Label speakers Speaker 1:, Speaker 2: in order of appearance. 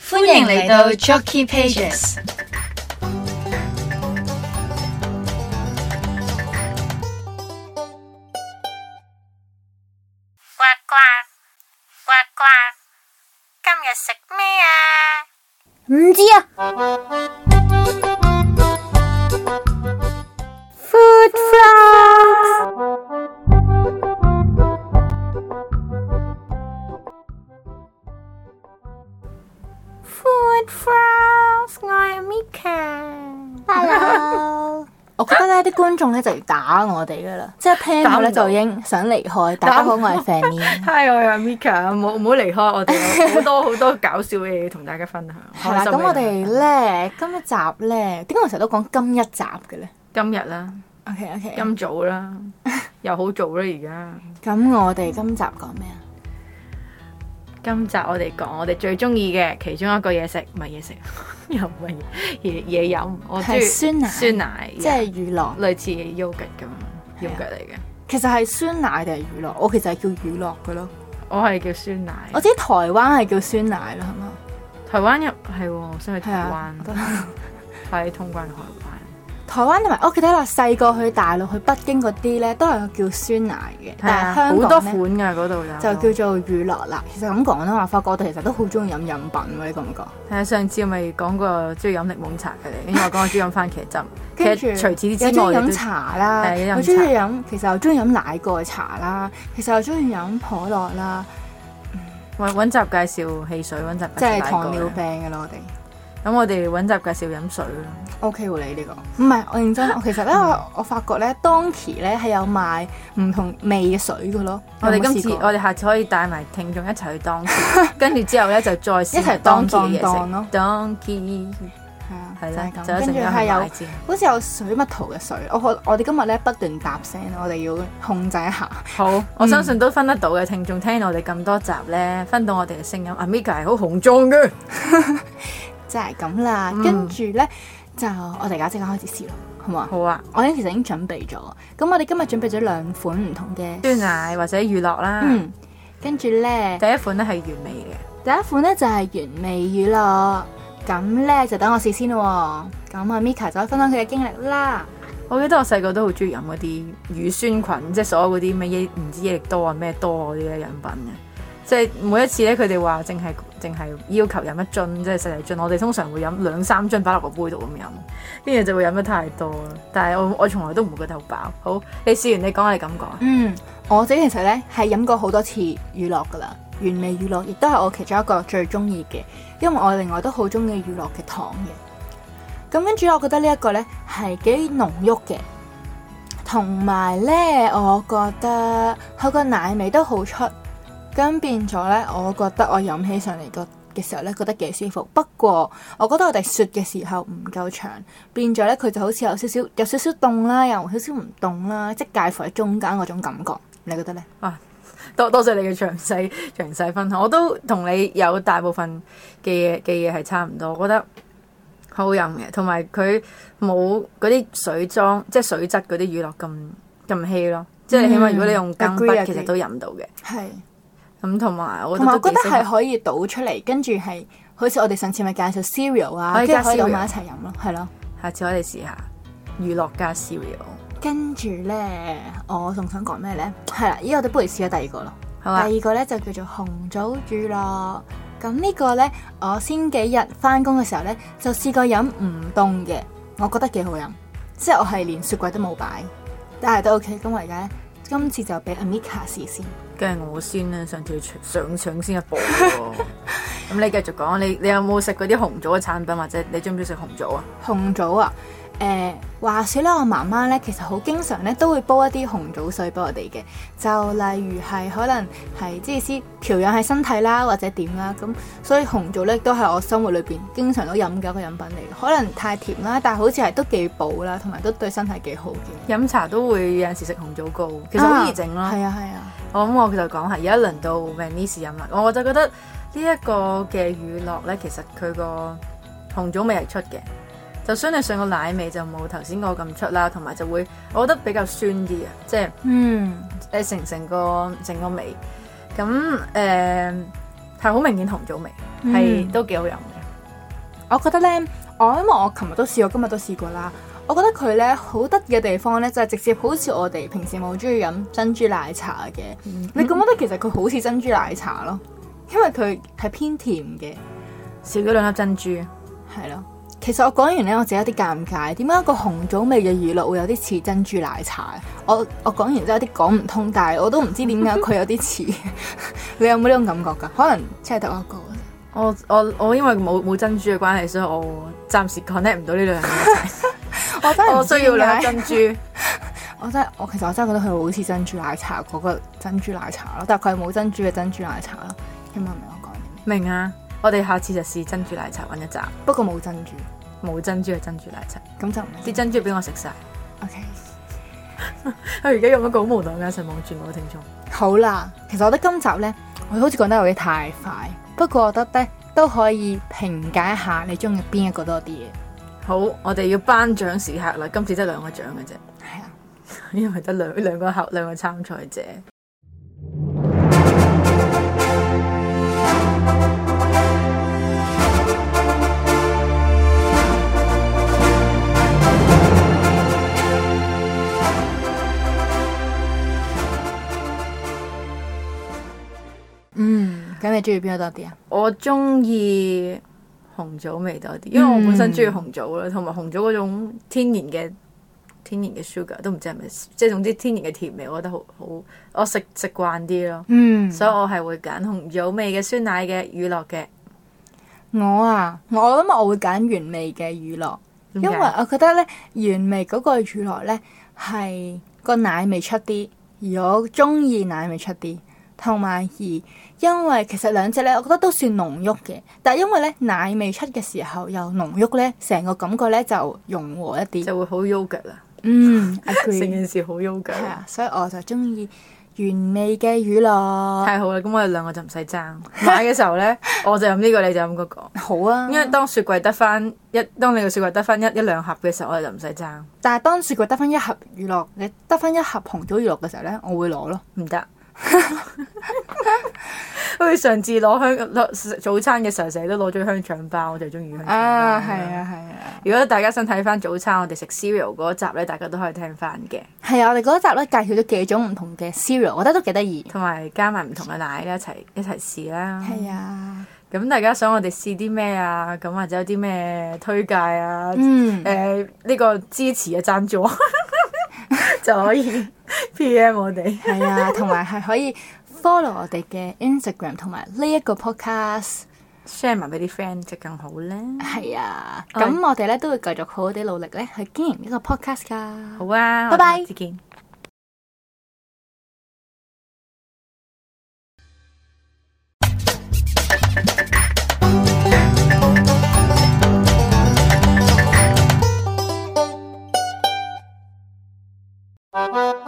Speaker 1: 歡迎嚟到 Jockey Pages。
Speaker 2: 呱呱呱呱，今日食咩啊？
Speaker 3: 唔知啊。Food frogs，
Speaker 2: Food frogs，我係 Mika。
Speaker 3: hello。我覺得咧啲觀眾咧就要打我哋噶啦，即係聽到咧就已經想離開。大家好，我係 Fanny。
Speaker 4: Hi，我係 Mika，唔好唔好離開我哋，有 好多好多搞笑嘅嘢同大家分享。
Speaker 3: 係啦，
Speaker 4: 開心嘅
Speaker 3: 咁我哋咧今一集咧，點解我成日都講今一集嘅咧
Speaker 4: 今日啦，
Speaker 3: ？OK OK，
Speaker 4: 今早 啦，又好早啦，而家。
Speaker 3: 咁我哋今集講咩啊？
Speaker 4: 今集我哋講我哋最中意嘅其中一個嘢食，唔係嘢食，啊 又唔係嘢嘢飲，我中意
Speaker 3: 係酸奶
Speaker 4: 酸奶，
Speaker 3: 即係娛樂，
Speaker 4: 類似 yogurt 咁，yogurt 嚟嘅。
Speaker 3: 其實係酸奶定係娛樂？我其實係叫娛樂嘅咯。
Speaker 4: 我係叫酸奶，
Speaker 3: 我知台灣係叫酸奶啦，係嘛？
Speaker 4: 台灣入係喎，想去
Speaker 3: 係
Speaker 4: 台
Speaker 3: 啊
Speaker 4: 灣，
Speaker 3: 我，覺得
Speaker 4: 快啲通關去台
Speaker 3: 台灣同埋我記得啦，細個去大陸去北京嗰啲咧，都係叫酸奶嘅，
Speaker 4: 灣，係啊
Speaker 3: 但係香
Speaker 4: 好多啊
Speaker 3: 港
Speaker 4: 款
Speaker 3: 咧
Speaker 4: 㗎嗰度有，
Speaker 3: 就叫做乳酪啦。其實咁講啦，話發覺我哋其實都好中意飲飲品喎，你覺唔覺？
Speaker 4: 係啊，上次咪講過中意飲檸檬茶嘅 你，因為我講我中意飲番茄汁。其
Speaker 3: 跟住
Speaker 4: 實除此之外，
Speaker 3: 又中意
Speaker 4: 我
Speaker 3: 飲
Speaker 4: 哋都
Speaker 3: 茶啦，
Speaker 4: 係飲
Speaker 3: 又中意飲，其實又中意飲奶蓋茶啦，其實又中意飲可樂
Speaker 4: 啊
Speaker 3: 啦，
Speaker 4: 揾揾集介紹汽水，揾集
Speaker 3: 即
Speaker 4: 介紹
Speaker 3: 係
Speaker 4: 奶
Speaker 3: 糖尿
Speaker 4: 蓋。啊
Speaker 3: 病嘅咯，我哋。
Speaker 4: 咁我哋揾集介紹飲水啦。
Speaker 3: O K 喎，你呢、個唔係 我認真，我其實咧
Speaker 4: 嗯
Speaker 3: 我我發覺咧當期咧係有賣唔同味嘅水嘅咯。
Speaker 4: 我哋哦今
Speaker 3: 有冇試
Speaker 4: 次
Speaker 3: 過
Speaker 4: 我哋下次可以帶埋聽眾一齊去 當跟住之後咧就再試
Speaker 3: 一齊
Speaker 4: 當
Speaker 3: 當
Speaker 4: 期嘅嘢
Speaker 3: 當當咯
Speaker 4: 食。當期
Speaker 3: 係啊，
Speaker 4: 係
Speaker 3: 就
Speaker 4: 啦
Speaker 3: 係，咁。
Speaker 4: 就一陣
Speaker 3: 跟住
Speaker 4: 間
Speaker 3: 係
Speaker 4: 去買
Speaker 3: 有
Speaker 4: 先。
Speaker 3: 好似有水蜜桃嘅水，我我我哋今日咧不斷搭聲，我哋要控制一下。
Speaker 4: 好，
Speaker 3: 嗯
Speaker 4: 我相信都分得到嘅聽眾聽我哋咁多集咧，分到我哋嘅聲音。阿 Mika 係好雄壯嘅，
Speaker 3: 就係咁啦，
Speaker 4: 嗯
Speaker 3: 跟住咧就我哋而家即刻開始試咯，好嘛？
Speaker 4: 好啊，
Speaker 3: 我咧其實已經準備咗，咁我哋今日準備咗兩款唔同嘅，
Speaker 4: 酸奶或者乳酪啦。
Speaker 3: 嗯，跟住咧
Speaker 4: 第一款咧係原味嘅。
Speaker 3: 第一款咧就係原味乳酪，咁咧就等我試先咯喎。咁啊，Mika 就可以分享佢嘅經歷啦。
Speaker 4: 我記得我細個都好中意飲嗰啲乳酸菌，即係所有嗰啲咩椰唔知椰力多啊咩多嗰啲咧飲品嘅。即係每一次咧，佢哋話淨係淨係要求飲一樽，即係細細樽。我哋通常會飲兩三樽擺落個杯度咁飲，跟住就會飲得太多啦。但係我我從來都唔會覺得好飽。好，你試完你講下你感覺啊。
Speaker 3: 嗯，我自己其實咧係飲過好多次乳酪噶啦，原味乳酪亦都係我其中一個最中意嘅，因為我另外都好中意乳酪嘅糖嘅。咁跟住我覺得呢一個咧係幾濃郁嘅，同埋咧我覺得佢個奶味都好出，咁變咗咧我覺得我飲起上嚟個嘅時候咧覺得幾舒服。不過我覺得我哋雪嘅時候唔夠長，變咗咧佢就好似有少少有少少凍啦，又有少少唔凍啦，即係介乎喺中間嗰種感覺。你覺得咧？
Speaker 4: 多多謝你嘅詳細詳細分享，我都同你有大部分嘅嘢嘅嘢係差唔多，我覺得好好飲嘅，同埋佢冇嗰啲水裝，即係水質嗰啲乳酪咁咁稀咯，即係起
Speaker 3: 嗯
Speaker 4: 碼如果你用羹
Speaker 3: agree，agree
Speaker 4: 筆，其實都飲到嘅。
Speaker 3: 係，
Speaker 4: 咁同埋我覺
Speaker 3: 同
Speaker 4: 得
Speaker 3: 埋我
Speaker 4: 都
Speaker 3: 覺
Speaker 4: 幾
Speaker 3: 得
Speaker 4: 適
Speaker 3: 係
Speaker 4: 合
Speaker 3: 可以倒出嚟，跟住係好似我哋上次咪介紹 cereal 啊，
Speaker 4: 可以
Speaker 3: 跟
Speaker 4: 加
Speaker 3: 住可以
Speaker 4: cereal
Speaker 3: 攞埋一齊飲咯，係咯。
Speaker 4: 下次我哋試下乳酪加 cereal，
Speaker 3: 跟住咧，我仲想講咩咧？係啦，依我哋不如試下第二個咯。
Speaker 4: 好啊
Speaker 3: 第，二個咧就叫做紅棗乳酪。咁呢個咧，我先幾日翻工嘅時候咧，就試過飲唔凍嘅，我覺得幾好飲。即係我係連雪櫃都冇擺，但係都 OK。咁我而家咧，今次就俾 Amika 試先。
Speaker 4: 跟住我先啦，上次上上先一步喎。 咁你繼續講，你你有冇食嗰啲紅棗嘅產品，或者你中唔中意食紅棗啊？
Speaker 3: 紅棗啊，誒、話説咧，我媽媽咧其實好經常咧都會煲一啲紅棗水俾我哋嘅，就例如係可能係即係先調養喺身體啦，或者點啦，咁所以紅棗咧都係我生活裏邊經常都飲嘅一個飲品嚟嘅，可能太甜啦，但係好似係都幾補啦，同埋都對身體幾好嘅。
Speaker 4: 飲茶都會有陣時食紅棗糕，其實好易整咯。
Speaker 3: 係啊係啊，
Speaker 4: 我咁我就講係，而家輪到 Vanice 飲啦。我就覺得呢一個嘅乳酪咧，其實佢個紅棗味係出嘅，就相對上個奶味就冇頭先嗰個咁出啦，同埋就會我覺得比較酸啲啊，即係
Speaker 3: 嗯，
Speaker 4: 誒成成個成個味。咁誒係好明顯紅棗味，係、
Speaker 3: 嗯
Speaker 4: 都幾好飲嘅。
Speaker 3: 我覺得咧，我因為我琴日都試過，今日都試過啦。我覺得佢咧好得意嘅地方咧，就係直接好似我哋平時冇中意飲珍珠奶茶嘅，
Speaker 4: 嗯
Speaker 3: 你覺唔覺得其實佢好似珍珠奶茶咯？因為佢係偏甜嘅，
Speaker 4: 少咗兩粒珍珠，
Speaker 3: 係咯。其實我講完咧，我自己有啲尷尬，點解一個紅棗味嘅乳酪會有啲似珍珠奶茶？我我講完之後有啲講唔通，但係我都唔知點解佢有啲似。 你有冇呢種感覺㗎？可能真係得我一個。
Speaker 4: 我我我因為冇冇珍珠嘅關係，所以我暫時 connect 唔到呢兩樣嘢。
Speaker 3: 我真係
Speaker 4: 我
Speaker 3: 唔知
Speaker 4: 需要
Speaker 3: 點
Speaker 4: 兩粒
Speaker 3: 解
Speaker 4: 珍珠，
Speaker 3: 我真係我其實我真係覺得佢好似珍珠奶茶嗰個珍珠奶茶咯，但係佢係冇珍珠嘅珍珠奶茶咯。有冇明我講啲咩？
Speaker 4: 明啊！我哋下次就試珍珠奶茶揾一集，
Speaker 3: 不過冇珍珠，
Speaker 4: 冇珍珠嘅珍珠奶茶，
Speaker 3: 咁就唔
Speaker 4: 啲
Speaker 3: 知。
Speaker 4: 珍珠俾我食晒。
Speaker 3: OK，
Speaker 4: 佢而家用一個好無奈嘅眼神望住我聽眾。
Speaker 3: 好啦，其實我覺得今集呢，我好似講得有啲太快，不過我覺得呢，都可以評價一下你中意邊一個多啲嘅。
Speaker 4: 好，我哋要頒獎時刻啦，今次得兩個獎嘅啫，
Speaker 3: 係啊，
Speaker 4: 因為得兩兩個客兩個參賽者。
Speaker 3: 嗯，咁你中意邊個多啲啊？
Speaker 4: 我中意紅棗味多啲，因為我本身中意紅棗啦，同埋紅棗嗰種天然嘅天然嘅 sugar 都唔知係咪，即係總之天然嘅甜味，我覺得好好，我食食慣啲咯，
Speaker 3: 嗯，
Speaker 4: 所以我係會揀紅棗味嘅酸奶嘅乳酪嘅，
Speaker 3: 我啊，我諗我會揀原味嘅乳酪，因
Speaker 4: 點解
Speaker 3: 為我覺得咧原味嗰個乳酪咧係個奶味出啲，而我中意奶味出啲，同埋而因為其實兩隻咧，我覺得都算濃郁嘅，但係因為咧奶味出嘅時候又濃郁咧，成個感覺咧就融和一啲。
Speaker 4: 就會好 yogurt 啦，
Speaker 3: 嗯
Speaker 4: 成
Speaker 3: ，agree，
Speaker 4: 件事好
Speaker 3: 係
Speaker 4: yogurt。
Speaker 3: 啊，所以我就中意原味嘅乳酪，
Speaker 4: 太好啦！咁我哋兩個就唔使爭。買嘅時候 呢，我就飲呢、個，你就飲嗰、個。
Speaker 3: 好啊。
Speaker 4: 因為當雪櫃得翻一，當你個雪櫃得翻一一兩盒嘅時候，我哋就唔使爭。
Speaker 3: 但係當雪櫃得翻一盒乳酪，你得翻一盒紅棗乳酪嘅時候咧，我會攞咯。
Speaker 4: 唔 得。好似上次攞香攞食早餐嘅時候，成日都攞咗香腸包，我就中意香腸包。
Speaker 3: 啊，係！啊，係啊，
Speaker 4: 如果大家想睇翻早餐，我哋食 cereal 嗰集咧，大家都可以聽翻嘅，
Speaker 3: 係啊！我哋嗰集咧介紹咗幾種唔同嘅 cereal，我覺得都幾得意。
Speaker 4: 同埋加埋唔同嘅奶咧，一齊一齊試啦。
Speaker 3: 係啊，
Speaker 4: 咁大家想我哋試啲咩啊？咁或者有啲咩推介啊？
Speaker 3: 嗯，
Speaker 4: 誒呢個支持嘅贊 助就可以 P.M 我哋。
Speaker 3: 係啊，同埋係可以 follow 我哋嘅 Instagram 同埋呢一個 podcast。
Speaker 4: share 埋俾啲 friend 就更好咧。
Speaker 3: 係啊，
Speaker 4: 我哋
Speaker 3: 咁我哋咧都會繼續好好地努力咧去經營呢個 podcast 噶。
Speaker 4: 好啊，
Speaker 3: 拜拜
Speaker 4: 我哋下次見。
Speaker 2: Bye.